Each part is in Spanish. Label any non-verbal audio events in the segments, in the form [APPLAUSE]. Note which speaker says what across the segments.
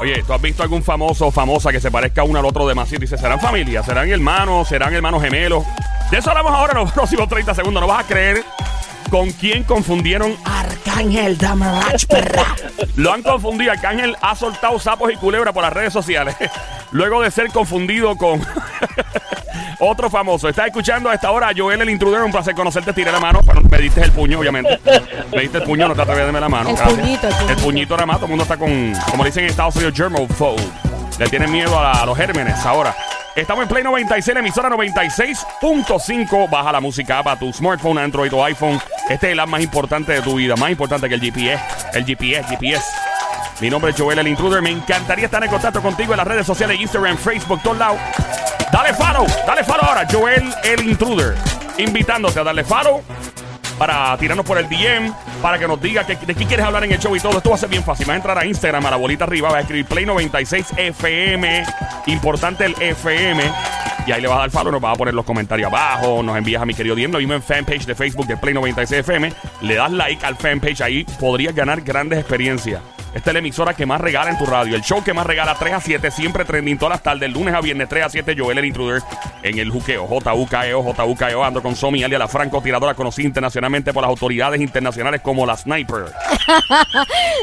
Speaker 1: Oye, ¿tú has visto algún famoso o famosa que se parezca uno al otro demasiado? Dice, ¿serán familia? ¿Serán hermanos? ¿Serán hermanos gemelos? De eso hablamos ahora en los [LAUGHS] próximos 30 segundos. No vas a creer con quién confundieron Arcángel Damarach, perra. Lo han confundido. Arcángel ha soltado sapos y culebra por las redes sociales. [LAUGHS] Luego de ser confundido con otro famoso. Estás escuchando a esta hora a Joel el Intrudero. Un placer conocerte. Tiré la mano. Pero me diste el puño, obviamente. Me diste el puño, no te atreves a darme la mano.
Speaker 2: El
Speaker 1: Gracias.
Speaker 2: puñito, el puñito.
Speaker 1: El puñito nada más. Todo el mundo está con, como le dicen en Estados Unidos, germophobe. Le tienen miedo a, la- a los gérmenes ahora. Estamos en Play 96, la emisora 96.5. Baja la música para tu smartphone, Android o iPhone. Este es el app más importante de tu vida. Más importante que el GPS. El GPS, GPS. Mi nombre es Joel el Intruder. Me encantaría estar en contacto contigo en las redes sociales, Instagram, Facebook, todos lados. Dale follow, dale follow ahora, Joel el Intruder. Invitándote a darle follow para tirarnos por el DM, para que nos diga que- de qué quieres hablar en el show y todo. Esto va a ser bien fácil. Vas a entrar a Instagram, a la bolita arriba, vas a escribir Play96FM, importante el FM. Y ahí le vas a dar follow, nos vas a poner los comentarios abajo, nos envías a mi querido DM, lo mismo en fanpage de Facebook de Play96FM. Le das like al fanpage, ahí podrías ganar grandes experiencias. Esta es la emisora que más regala en tu radio. El show que más regala 3 a 7, siempre trending todas las tardes, lunes a viernes 3 a 7. Joel el Intruder en el juqueo. JUKEO, JUKEO. E Ando con Somi, alia la francotiradora conocida internacionalmente por las autoridades internacionales como la Sniper.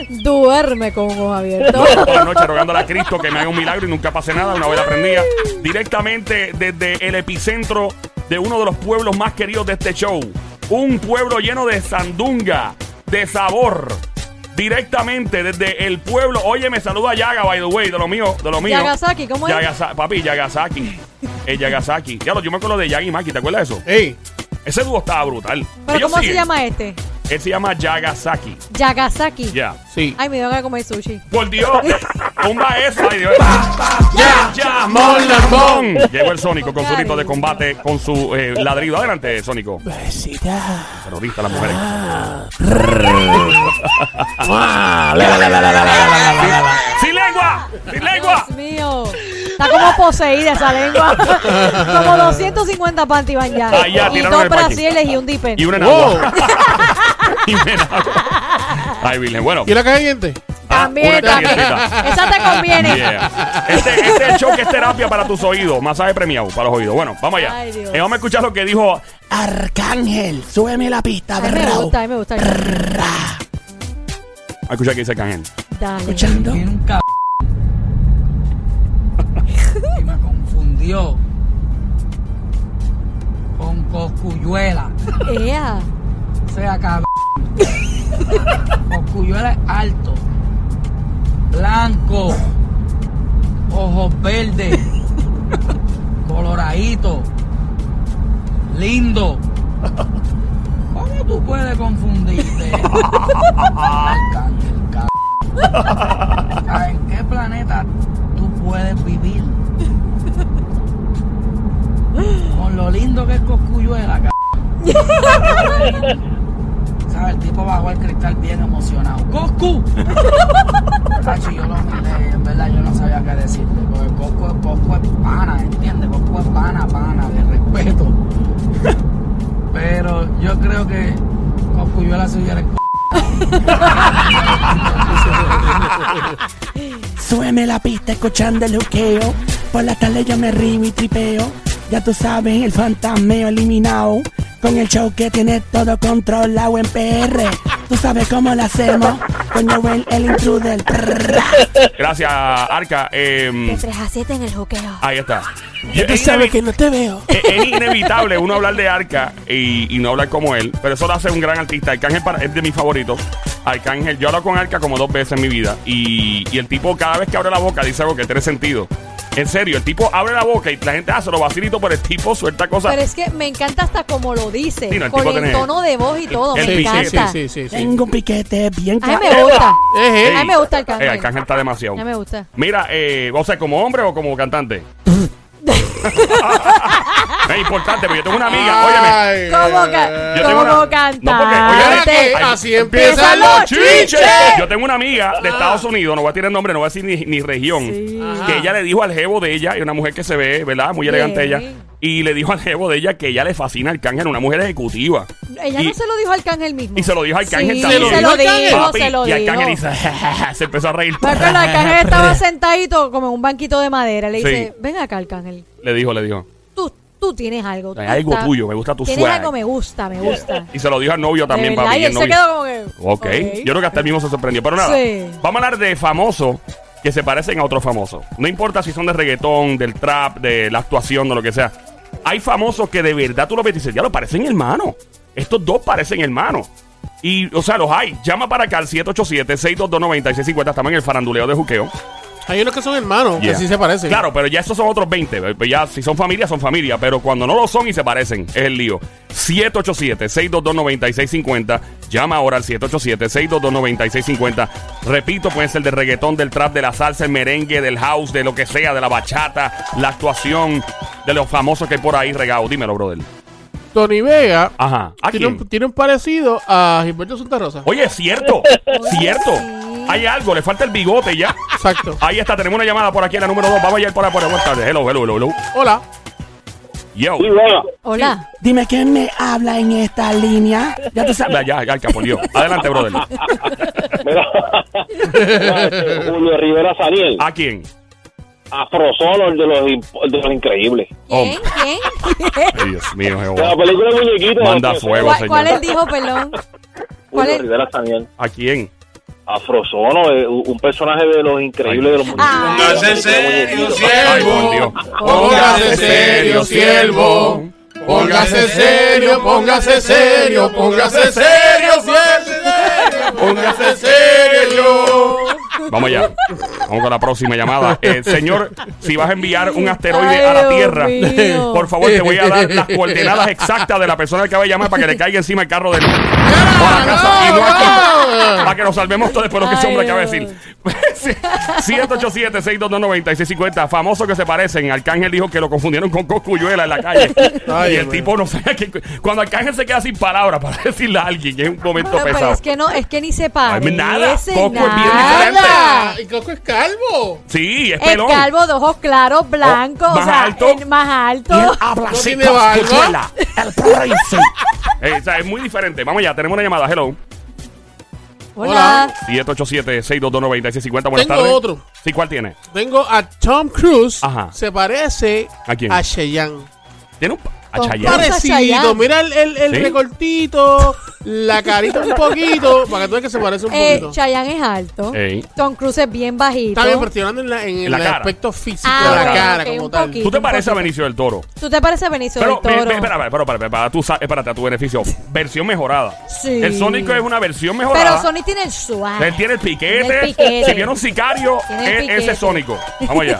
Speaker 2: Duerme con ojos abiertos.
Speaker 1: Toda la noche rogándole a Cristo que me haga un milagro y nunca pase nada. Una vez la aprendía. Directamente desde el epicentro de uno de los pueblos más queridos de este show. Un pueblo lleno de sandunga, de sabor. Directamente desde el pueblo. Oye, me saluda Yaga, by the way, de lo mío, de lo mío.
Speaker 2: Yagasaki, ¿cómo es?
Speaker 1: Yagasa- papi,
Speaker 2: [LAUGHS]
Speaker 1: Yagasaki. El Yagasaki. Ya lo, yo me acuerdo de Yagi y Maki, ¿te acuerdas de eso?
Speaker 3: Ey,
Speaker 1: Ese dúo estaba brutal.
Speaker 2: ¿Pero
Speaker 1: Ellos
Speaker 2: cómo se
Speaker 1: siguen.
Speaker 2: llama este?
Speaker 1: Él se llama Yagasaki.
Speaker 2: Yagasaki.
Speaker 1: Ya.
Speaker 3: sí.
Speaker 2: Ay, me dio ganas de comer sushi.
Speaker 1: Por Dios, tumba eso. Ay, Dios. Ya, ya, Molambón. Llegó el Sónico con su grito de combate, con su eh, ladrido. Adelante, Sónico. Terrorista, las mujeres. [LAUGHS] ¡Sin lengua! ¡Sin lengua!
Speaker 2: Dios mío. Está como poseída
Speaker 1: [LAUGHS]
Speaker 2: esa lengua. como 250 panty van ya.
Speaker 1: Ah, ya,
Speaker 2: y
Speaker 1: tiraron
Speaker 2: dos
Speaker 1: el panty.
Speaker 2: brasiles y un dipen.
Speaker 1: Y una
Speaker 3: Wow.
Speaker 1: enagua. [LAUGHS] y una enagua. Ay, Virgen, bueno.
Speaker 3: ¿Y la caliente?
Speaker 1: Ah,
Speaker 2: También,
Speaker 1: una
Speaker 2: también.
Speaker 1: calientita.
Speaker 2: Esa te conviene.
Speaker 1: [LAUGHS] Yeah. Este, este es el show que es terapia para tus oídos. Masaje premiado para los oídos. Bueno, vamos allá.
Speaker 2: Ay, Dios.
Speaker 1: Eh, vamos a escuchar lo que dijo
Speaker 4: Arcángel, súbeme la pista,
Speaker 2: A mí me
Speaker 4: bravo.
Speaker 2: gusta, a mí me gusta.
Speaker 1: A escuchar que dice Cangel.
Speaker 2: Dale.
Speaker 4: Escuchando.
Speaker 5: Tiene un c... [LAUGHS] y me confundió con Coscuyuela.
Speaker 2: Ea.
Speaker 5: O sea, cabrón. Coscuyuela es alto, blanco, ojos verdes, coloradito, lindo. ¿Cómo tú puedes confundirte? Arcángel, cabrón. O sea, ¿En qué planeta tú puedes vivir? Con lo lindo que es Coscuyuela, cabrón. ¿Sabes? El tipo bajó el cristal bien emocionado. ¡Coscu! Tacho, yo lo miré y en verdad yo no sabía qué decirle. Porque Coscu, es- Coscu es pana, ¿entiendes? Coscu es pana, pana, de respeto. Pero yo creo que Coscu yo la suya le
Speaker 4: Súbeme la pista, escuchando el juqueo. Por la tarde yo me río y tripeo. Ya tú sabes, el fantasmeo eliminado. Con el show que tiene todo controlado en PR. Tú sabes cómo lo hacemos. Con Joel, el intruder. Prrra.
Speaker 1: Gracias, Arca. Eh,
Speaker 2: De 3 a 7 en el juqueo.
Speaker 1: ahí está.
Speaker 4: Tú
Speaker 1: Es,
Speaker 4: sabes
Speaker 1: inevi-
Speaker 4: que no te veo.
Speaker 1: es- es inevitable uno hablar de Arca y, y no hablar como él, pero eso lo hace un gran artista. Arcángel para- es de mis favoritos. Arcángel, yo he hablado con Arca como dos veces en mi vida y, y el tipo cada vez que abre la boca dice algo que tiene sentido. En serio, el tipo abre la boca y la gente hace lo vacilito, pero el tipo suelta cosas.
Speaker 2: Pero es que me encanta hasta como lo dice.
Speaker 1: Sí, no, el
Speaker 2: con
Speaker 1: tipo
Speaker 2: el
Speaker 1: tiene-
Speaker 2: tono de voz y todo.
Speaker 1: el
Speaker 2: me
Speaker 3: sí, sí,
Speaker 2: encanta.
Speaker 3: sí, sí, sí, sí.
Speaker 4: Tengo un piquete bien
Speaker 2: A mí
Speaker 4: claro.
Speaker 2: me gusta.
Speaker 3: Eh, eh.
Speaker 2: A mí me gusta Arcángel.
Speaker 1: Eh, Arcángel está demasiado.
Speaker 2: A mí me gusta. [LAUGHS]
Speaker 1: Mira, eh, o sea, como hombre o como cantante. Es importante, porque yo tengo una amiga, óyeme.
Speaker 3: Ay,
Speaker 2: ¿Cómo,
Speaker 3: ay,
Speaker 2: ca-
Speaker 1: Yo
Speaker 3: ay.
Speaker 1: tengo
Speaker 2: cómo
Speaker 1: una-
Speaker 2: cantar?
Speaker 1: No, porque, oye,
Speaker 3: Mira
Speaker 1: Espérate.
Speaker 3: que así empiezan los chiches.
Speaker 1: Yo tengo una amiga de Estados Unidos, no voy a tirar nombre, no voy a decir ni, ni región,
Speaker 2: Ah. Sí.
Speaker 1: que ella le dijo al jevo de ella, y una mujer que se ve, ¿verdad? Muy elegante
Speaker 2: Bien.
Speaker 1: ella, y le dijo al jevo de ella que ella le fascina al cángel, una mujer ejecutiva.
Speaker 2: Ella
Speaker 1: Y-
Speaker 2: no se lo dijo al cángel mismo.
Speaker 1: Y se lo dijo al cángel
Speaker 2: Sí,
Speaker 1: también.
Speaker 2: se lo
Speaker 3: Papi,
Speaker 2: dijo,
Speaker 1: Papi,
Speaker 2: se lo
Speaker 1: y al
Speaker 2: dijo.
Speaker 1: cángel dice, [LAUGHS] se empezó a reír.
Speaker 2: Me acuerdo, el cángel estaba sentadito como en un banquito de madera. Le
Speaker 1: Sí.
Speaker 2: dice, ven acá, arcángel.
Speaker 1: Le dijo, le dijo.
Speaker 2: Tú, tú tienes algo. tú
Speaker 1: Hay algo
Speaker 2: estás-
Speaker 1: tuyo, me gusta tu
Speaker 2: Tienes
Speaker 1: swag".
Speaker 2: algo, me gusta, me gusta.
Speaker 1: Y se lo dijo al novio [LAUGHS] también,
Speaker 2: de verdad,
Speaker 1: papi. y
Speaker 2: y
Speaker 1: el
Speaker 2: él se
Speaker 1: novio-
Speaker 2: quedó como que...
Speaker 1: Ok. Yo creo que hasta el mismo se sorprendió. Pero nada,
Speaker 2: Sí.
Speaker 1: vamos a hablar de famosos que se parecen a otros famosos. No importa si son de reggaetón, del trap, de la actuación, de lo que sea. Hay famosos que de verdad tú los ves y dices, ya lo parecen hermanos. Estos dos parecen hermanos. Y, o sea, los hay. Llama para acá al 787-622-9650. Estamos en el faranduleo de juqueo.
Speaker 3: Hay unos que son hermanos,
Speaker 1: Yeah.
Speaker 3: que sí se parecen.
Speaker 1: Claro, pero ya esos son otros 20. Pues Ya si son familia, son familia. Pero cuando no lo son y se parecen, es el lío. 787-622-9650. Llama ahora al 787-622-9650. Repito, pueden ser del reggaetón, del trap, de la salsa, el merengue, del house, de lo que sea, de la bachata, la actuación, de los famosos que hay por ahí regados. Dímelo, brother.
Speaker 3: Tony Vega
Speaker 1: Ajá. ¿A
Speaker 3: tiene un,
Speaker 1: quién?
Speaker 3: tiene un parecido a Gilberto Santa Rosa.
Speaker 1: Oye, es cierto. cierto.
Speaker 2: sí.
Speaker 1: Hay algo, le falta el bigote ya.
Speaker 3: Exacto.
Speaker 1: Ahí está, tenemos una llamada por aquí, la número 2. Vamos a ir por ahí, por ahí. Buenas tardes. Hello, hello, hello, hello.
Speaker 3: Hola.
Speaker 1: Yo.
Speaker 6: Sí, bueno,
Speaker 2: Hola.
Speaker 4: Dime quién me habla en esta línea. Ya tú
Speaker 1: Ya,
Speaker 4: sabes.
Speaker 1: ya, ya, el capolío. Adelante, brother.
Speaker 6: mira, [LAUGHS] mira, este, Julio Rivera Saniel,
Speaker 1: ¿A quién?
Speaker 6: Afrosolo, el de los, imp- de los increíbles.
Speaker 2: ¿Quién? ¿Quién?
Speaker 1: [LAUGHS] Ay, Dios mío,
Speaker 6: De la
Speaker 1: Jehová.
Speaker 6: película de muñequitos.
Speaker 1: Manda
Speaker 6: de-
Speaker 1: fuego.
Speaker 2: ¿Cuál,
Speaker 1: señor.
Speaker 2: cuál él
Speaker 1: [LAUGHS]
Speaker 2: dijo, perdón? ¿Cuál
Speaker 6: Julio
Speaker 2: es?
Speaker 6: Rivera Saniel,
Speaker 1: ¿A quién?
Speaker 6: Afrosono, eh, un un personaje de los increíbles de los muñequitos.
Speaker 2: Ay.
Speaker 6: De la
Speaker 7: Póngase
Speaker 6: película de
Speaker 7: serio,
Speaker 6: muñequitos.
Speaker 7: sí.
Speaker 1: Ay, por Dios.
Speaker 3: Póngase serio, siervo. Póngase serio, póngase serio, póngase serio, siervo. Póngase serio.
Speaker 1: Vamos allá. Vamos con la próxima llamada. Eh, señor, si vas a enviar un asteroide
Speaker 2: Ay,
Speaker 1: a la
Speaker 2: Dios
Speaker 1: Tierra,
Speaker 2: mío.
Speaker 1: por favor, te voy a dar las coordenadas exactas de la persona que va a llamar para que le caiga encima el carro del. o a la casa, y no al- Para que nos salvemos todos, pero que ese
Speaker 2: Ay,
Speaker 1: hombre acaba de
Speaker 2: Dios.
Speaker 1: decir. [LAUGHS] 787-622-9650. Famosos que se parecen. Arcángel dijo que lo confundieron con Coscuyuela en la
Speaker 2: [LAUGHS]
Speaker 1: calle.
Speaker 3: Ay,
Speaker 1: y el
Speaker 3: Dios
Speaker 1: tipo no sabe que. Cuando Arcángel se queda sin palabras para [LAUGHS] decirle a alguien, es un momento
Speaker 2: Bueno, pero
Speaker 1: pesado.
Speaker 2: es que no, es que ni se parece.
Speaker 1: Ay, nada. Coco es bien
Speaker 2: nada.
Speaker 3: Y Coco es calvo.
Speaker 1: Sí, es
Speaker 2: Es
Speaker 1: pelón. Oh,
Speaker 2: calvo de ojos claros, blancos,
Speaker 1: más
Speaker 2: o sea,
Speaker 1: alto.
Speaker 2: el más alto.
Speaker 4: ¿Quién habla
Speaker 3: ¿No
Speaker 4: así?
Speaker 3: tiene barba?
Speaker 4: Coscuchuela, El
Speaker 1: [LAUGHS]
Speaker 4: príncipe.
Speaker 1: Eh, o sea, es muy diferente. Vamos allá, tenemos una llamada. Hello.
Speaker 2: Hola.
Speaker 1: 787-622-9650. Buenas
Speaker 3: Tengo
Speaker 1: tardes.
Speaker 3: otro.
Speaker 1: Sí, ¿cuál tiene?
Speaker 3: Tengo a Tom Cruise.
Speaker 1: Ajá.
Speaker 3: Se parece
Speaker 1: ¿A quién?
Speaker 3: Cheyenne.
Speaker 1: Tiene un. pa- A
Speaker 2: Con
Speaker 1: Chayanne.
Speaker 2: Parece
Speaker 3: Parecido.
Speaker 2: Chayanne.
Speaker 3: Mira el, el, el
Speaker 1: ¿Sí?
Speaker 3: recortito, la carita un poquito. Para que tú veas que se parece un
Speaker 2: Eh,
Speaker 3: poquito.
Speaker 2: Chayanne es alto.
Speaker 1: Ey.
Speaker 2: Tom Cruise es bien bajito.
Speaker 3: Está bien, pero estoy hablando en, la- en
Speaker 1: la
Speaker 3: el
Speaker 1: cara.
Speaker 3: aspecto físico
Speaker 2: Ah,
Speaker 3: de la
Speaker 1: ok,
Speaker 3: cara
Speaker 2: ok,
Speaker 3: como
Speaker 2: un
Speaker 3: tal.
Speaker 2: poquito.
Speaker 1: ¿Tú te pareces a Benicio del Toro?
Speaker 2: ¿Tú te pareces a Benicio
Speaker 1: Pero,
Speaker 2: del Toro?
Speaker 1: ve- ve- espera, espera, espera, espera, para tu sa- espérate, a tu beneficio. Versión mejorada.
Speaker 2: Sí.
Speaker 1: El Sonic es una versión mejorada.
Speaker 2: Pero Sony tiene el swag.
Speaker 1: Él tiene el piquete.
Speaker 2: Tiene el piquete.
Speaker 1: Si vieron Sicario,
Speaker 2: Tiene el
Speaker 1: es- ese
Speaker 2: piquete.
Speaker 1: es Sónico. Vamos
Speaker 2: [LAUGHS]
Speaker 1: allá.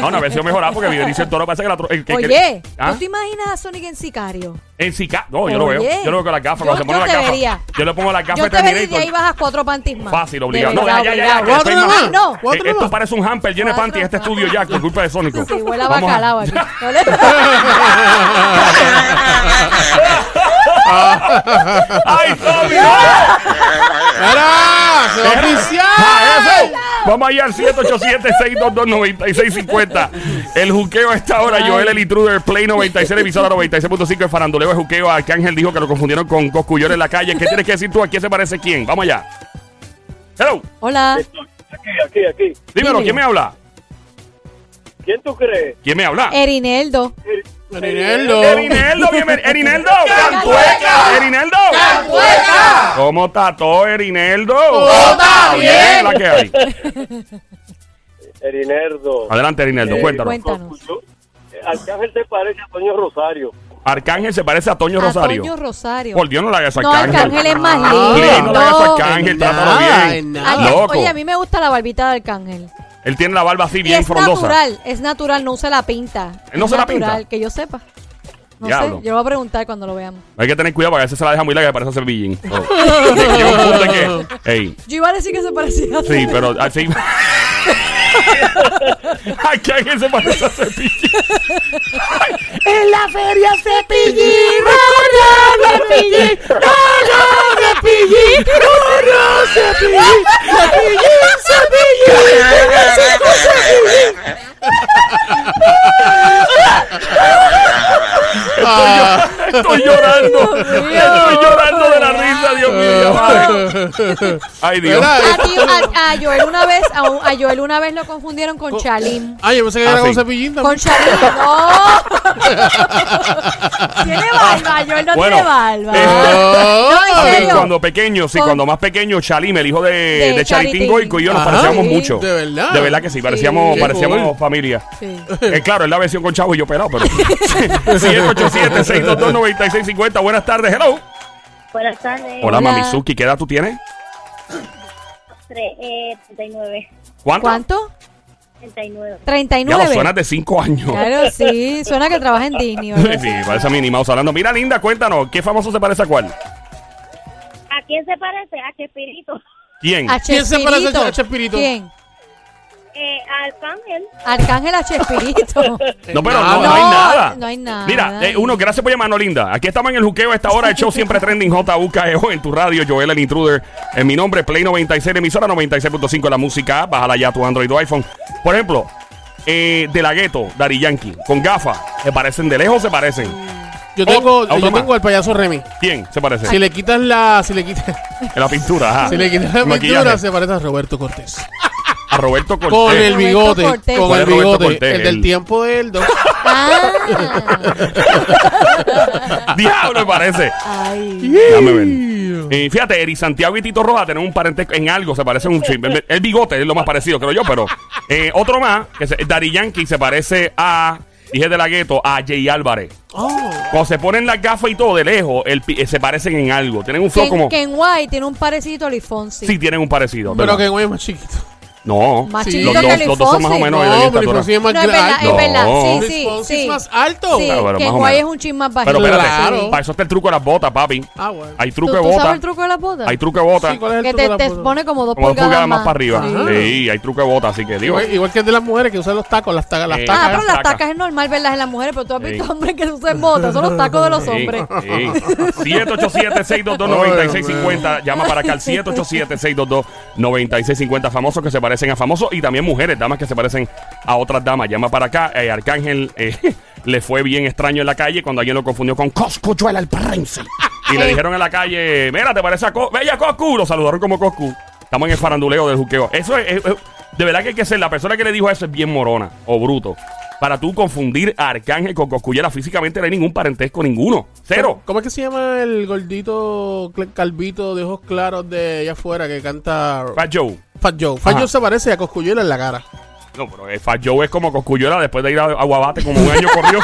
Speaker 1: No, una versión mejorada porque Benicio del Toro parece que la... tro- el que- que-
Speaker 2: Oye,
Speaker 1: ¿Ah?
Speaker 2: ¿tú te imaginas a Sonic en Sicario?
Speaker 1: En Sicario... No, yo lo
Speaker 2: Oye.
Speaker 1: veo. Yo lo veo con las gafas.
Speaker 2: Yo-
Speaker 1: Cuando se pone
Speaker 2: yo
Speaker 1: las
Speaker 2: te
Speaker 1: gafas.
Speaker 2: vería.
Speaker 1: Yo le pongo las gafas este
Speaker 2: Yo
Speaker 1: de
Speaker 2: te vería y de
Speaker 1: Terminator.
Speaker 2: ahí bajas cuatro panties más.
Speaker 1: Fácil,
Speaker 2: De
Speaker 1: obligado. No, ya, ya,
Speaker 2: verdad,
Speaker 1: ya,
Speaker 2: obligado.
Speaker 1: ya, estoy
Speaker 3: ¿Cuatro
Speaker 1: mal.
Speaker 3: más?
Speaker 2: No.
Speaker 1: Eh,
Speaker 3: ¿Cuatro
Speaker 1: esto
Speaker 3: más?
Speaker 1: parece un hamper lleno de
Speaker 2: Cuatro
Speaker 1: panty en este
Speaker 2: más.
Speaker 1: estudio ya, por culpa de Sónico.
Speaker 2: Sí, huele a
Speaker 1: Vamos
Speaker 2: bacalao aquí. [LAUGHS] No le-
Speaker 1: [LAUGHS] ¡Ay, Tommy!
Speaker 3: ¡Para! ¡Se va a
Speaker 1: Era-
Speaker 3: oficiar!
Speaker 1: ¡Ah, eso! Vamos allá al 787-622-9650. El juqueo a esta hora. Joel el intruder, Play 96, emisora 96.5. El faranduleo de juqueo. Arcángel dijo que lo confundieron con Coscullón en la calle. ¿Qué tienes que decir tú? ¿A quién se parece quién? Vamos allá. Hello.
Speaker 2: Hola.
Speaker 6: Aquí, aquí, aquí.
Speaker 1: Dímelo,
Speaker 2: Dímelo.
Speaker 1: ¿quién me habla?
Speaker 6: ¿Quién tú crees?
Speaker 1: ¿Quién me habla?
Speaker 2: Erineldo.
Speaker 3: Rinaldo.
Speaker 1: Erineldo, bienvenido. Erineldo, [LAUGHS] ¡Cantueca! Erineldo, ¡Cantueca! ¿Cómo está todo, Erineldo?
Speaker 3: está bien.
Speaker 1: La que hay.
Speaker 6: Erinerdo.
Speaker 1: Adelante, Erineldo, [LAUGHS]
Speaker 6: Eh,
Speaker 1: cuéntanos.
Speaker 2: Cuéntanos.
Speaker 6: Arcángel se parece a Toño Rosario.
Speaker 1: Arcángel se parece a Toño Rosario.
Speaker 2: Antonio Rosario.
Speaker 1: Por Dios, no la hagas a
Speaker 2: No, Arcángel es más
Speaker 3: Ah,
Speaker 1: Sí, no le hagas a
Speaker 2: lindo.
Speaker 1: Arcángel,
Speaker 3: En
Speaker 1: trátalo
Speaker 3: nada,
Speaker 1: bien.
Speaker 3: en nada.
Speaker 2: Ay,
Speaker 1: Loco.
Speaker 2: Oye, a mí me gusta la barbita de Arcángel.
Speaker 1: Él tiene la barba así
Speaker 2: Y
Speaker 1: bien
Speaker 2: es
Speaker 1: frondosa.
Speaker 2: natural, es natural, no se la pinta.
Speaker 1: ¿Él no
Speaker 2: Es
Speaker 1: se la
Speaker 2: natural,
Speaker 1: pinta?
Speaker 2: que yo sepa. No
Speaker 1: Diablo.
Speaker 2: sé, yo voy a preguntar cuando lo veamos.
Speaker 1: Hay que tener cuidado porque a veces se la deja muy larga y parece a Sevillín. Oh. [LAUGHS] Llega un punto en que- Ey, [LAUGHS]
Speaker 2: Yo iba a decir que se parecía a
Speaker 1: sí, pero así. ¿A quién se parece a Cepillín?
Speaker 4: En la feria Cepillín, no, no, Cepillín, no, no, Cepillín, no, no, Cepillín, Cepillín, Cepillín, Cepillín.
Speaker 3: Ah,
Speaker 1: Estoy llorando. Estoy llorando de la risa, Dios mío. Ay, Dios.
Speaker 3: ¿verdad?
Speaker 2: A, ti- a- a Joel una vez, a, un- a Joel una vez lo confundieron con Chalim.
Speaker 3: [LAUGHS] [LAUGHS] Ay, yo pensé que
Speaker 1: Ah,
Speaker 3: era
Speaker 1: sí.
Speaker 3: con cepillín
Speaker 2: Con
Speaker 3: también.
Speaker 2: Chalim, no.
Speaker 3: [LAUGHS]
Speaker 2: tiene barba, Joel no
Speaker 1: Bueno,
Speaker 2: tiene barba.
Speaker 1: eh,
Speaker 3: Oh,
Speaker 2: No, en
Speaker 1: Sí,
Speaker 2: serio.
Speaker 1: cuando pequeño, sí,
Speaker 2: Con-
Speaker 1: cuando más pequeño, Chalim, el hijo de, de,
Speaker 2: De
Speaker 1: Charitín
Speaker 2: Charitín.
Speaker 1: Goico y yo nos
Speaker 3: Ajá.
Speaker 1: parecíamos
Speaker 2: Sí.
Speaker 1: mucho.
Speaker 3: Ah, De verdad.
Speaker 1: De verdad que sí, parecíamos,
Speaker 3: Qué
Speaker 1: parecíamos
Speaker 3: cool.
Speaker 1: familia.
Speaker 2: Sí.
Speaker 1: [LAUGHS] Eh, claro, es la versión con Chavo y yo pelado, pero. 787-622-9650. Buenas tardes, hello.
Speaker 7: Buenas tardes.
Speaker 1: Hola,
Speaker 2: Hola.
Speaker 1: Mamizuki, ¿qué edad tú tienes?
Speaker 7: Tre- eh, 39.
Speaker 1: ¿Cuánto?
Speaker 2: ¿Cuánto?
Speaker 7: 39.
Speaker 1: Ya lo
Speaker 2: 39.
Speaker 1: suenas de 5 años.
Speaker 2: Claro, sí. Suena que trabaja en Disney. ¿verdad?
Speaker 1: [LAUGHS] Sí, parece a mí ni Mouse hablando. Mira, linda, cuéntanos, ¿qué famoso se parece a cuál?
Speaker 7: ¿A quién se parece? A Chespirito.
Speaker 1: [LAUGHS] ¿Quién?
Speaker 2: A
Speaker 3: ¿Quién se
Speaker 2: Chespirito.
Speaker 3: parece a Chespirito?
Speaker 2: ¿Quién?
Speaker 7: Eh, a Arcángel.
Speaker 2: Arcángel a
Speaker 1: [LAUGHS]
Speaker 2: Chespirito.
Speaker 1: No, pero no,
Speaker 3: Nada.
Speaker 1: no hay
Speaker 2: No,
Speaker 1: nada.
Speaker 2: no hay nada.
Speaker 1: Mira, eh, uno, gracias por llamarnos, linda. Aquí estamos en el juqueo a esta hora. El show siempre trending JUKEO E en tu radio. Joel el intruder. En mi nombre, Play 96, emisora 96.5 la música. Bájala ya a tu Android o iPhone. Por ejemplo, eh, de la gueto, Dari Yankee, con gafas. Se parecen de lejos, se parecen.
Speaker 3: Yo tengo,
Speaker 1: Oh,
Speaker 3: yo
Speaker 1: toma.
Speaker 3: tengo al payaso Remy.
Speaker 1: ¿Quién se parece?
Speaker 3: Si le quitas la, si le quitas,
Speaker 1: En la pintura, ajá.
Speaker 3: si le quitas la
Speaker 1: Ah. Maquillaje.
Speaker 3: pintura, se parece a Roberto Cortés.
Speaker 1: A Roberto Cortés.
Speaker 3: Con el
Speaker 2: Roberto
Speaker 3: bigote,
Speaker 2: Cortés.
Speaker 3: con
Speaker 1: ¿Cuál
Speaker 3: el
Speaker 1: es Roberto
Speaker 3: bigote,
Speaker 1: Cortés?
Speaker 3: el del
Speaker 1: El-
Speaker 3: tiempo del don.
Speaker 2: Ah.
Speaker 1: [LAUGHS] ¡Diablo, me parece!
Speaker 2: Ay.
Speaker 1: Déjame ver. Eh, fíjate, Eri Santiago y Tito Rojas tienen un parentesco en algo, se parece un chin- El, el bigote es lo más parecido, creo yo, pero. eh, otro más, que se, Daddy Yankee se parece a. Dije de la gueto, a Jay Álvarez.
Speaker 3: Oh.
Speaker 1: Cuando se ponen las gafas y todo de lejos, el pi- eh, se parecen en algo. Tienen un flow
Speaker 2: Ken,
Speaker 1: como.
Speaker 2: Ken White tiene un parecido a Lifonsi.
Speaker 1: Sí, tienen un parecido.
Speaker 3: Pero
Speaker 1: ¿verdad?
Speaker 3: que güey es más chiquito.
Speaker 1: No.
Speaker 2: Más
Speaker 3: Sí.
Speaker 1: Los,
Speaker 2: chiquito
Speaker 3: Yo
Speaker 1: dos,
Speaker 2: que
Speaker 1: los dos son más o
Speaker 2: Lifonsi.
Speaker 1: menos de
Speaker 3: No,
Speaker 1: mi
Speaker 3: pero
Speaker 1: estatura.
Speaker 3: Fonsi es más ah,
Speaker 2: No, es verdad,
Speaker 3: grande.
Speaker 1: No.
Speaker 2: es verdad. Sí, sí,
Speaker 3: Lifonsi
Speaker 2: sí.
Speaker 3: es más alto.
Speaker 2: Sí,
Speaker 1: Ah, bueno, más
Speaker 2: Ken
Speaker 1: o
Speaker 2: White es
Speaker 1: menos.
Speaker 2: un chin más bajito.
Speaker 1: Pero espérate,
Speaker 3: Claro.
Speaker 1: para eso está el truco de las botas, papi.
Speaker 3: Ah, bueno.
Speaker 1: Hay
Speaker 2: ¿Tú,
Speaker 1: truco de
Speaker 2: tú sabes
Speaker 1: botas.
Speaker 2: el truco de la bota?
Speaker 1: Hay truco de botas.
Speaker 3: Sí, ¿cuál es Ah. el
Speaker 2: que
Speaker 3: truco de
Speaker 2: te,
Speaker 3: la
Speaker 2: te
Speaker 3: puta?
Speaker 2: pone como dos
Speaker 1: Como dos
Speaker 2: pulgadas,
Speaker 1: pulgadas más para arriba.
Speaker 3: Ajá.
Speaker 1: Sí, hay truco de botas, así que digo.
Speaker 3: Igual, igual que el de las mujeres que usan los tacos, las tacas, las
Speaker 1: Eh,
Speaker 2: Ah,
Speaker 3: tacas.
Speaker 2: pero las
Speaker 1: Taca.
Speaker 2: tacas es normal verlas en las mujeres, pero tú has visto
Speaker 1: Sí.
Speaker 2: hombres que usan botas, son los tacos de los hombres. [LAUGHS]
Speaker 1: Sí, sí. 787-622-9650. Llama para acá al 787-622-9650. Famosos que se parecen a famosos y también mujeres, damas que se parecen a otras damas. Llama para acá. Eh, Arcángel eh, [LAUGHS] le fue bien extraño en la calle cuando alguien lo confundió con Coscu Joel el Prince. Y le dijeron en la calle, mira, te parece a Coscu. Bella Coscu. Lo saludaron como Coscu. Estamos en el faranduleo del juqueo. Eso es, es- es- de verdad que hay que ser, la persona que le dijo eso es bien morona o bruto. Para tú confundir a Arcángel con Coscuyera físicamente no hay ningún parentesco, ninguno. Cero.
Speaker 3: ¿Cómo es que se llama el gordito cl- calvito de ojos claros de allá afuera que canta
Speaker 1: Fat Joe.
Speaker 3: Fat Joe? Fat
Speaker 1: Ajá.
Speaker 3: Joe se parece a Cosculluela en la cara.
Speaker 1: No, pero eh, Fat Joe es como Coscuyera después de ir a, a Guabate como un año corrió.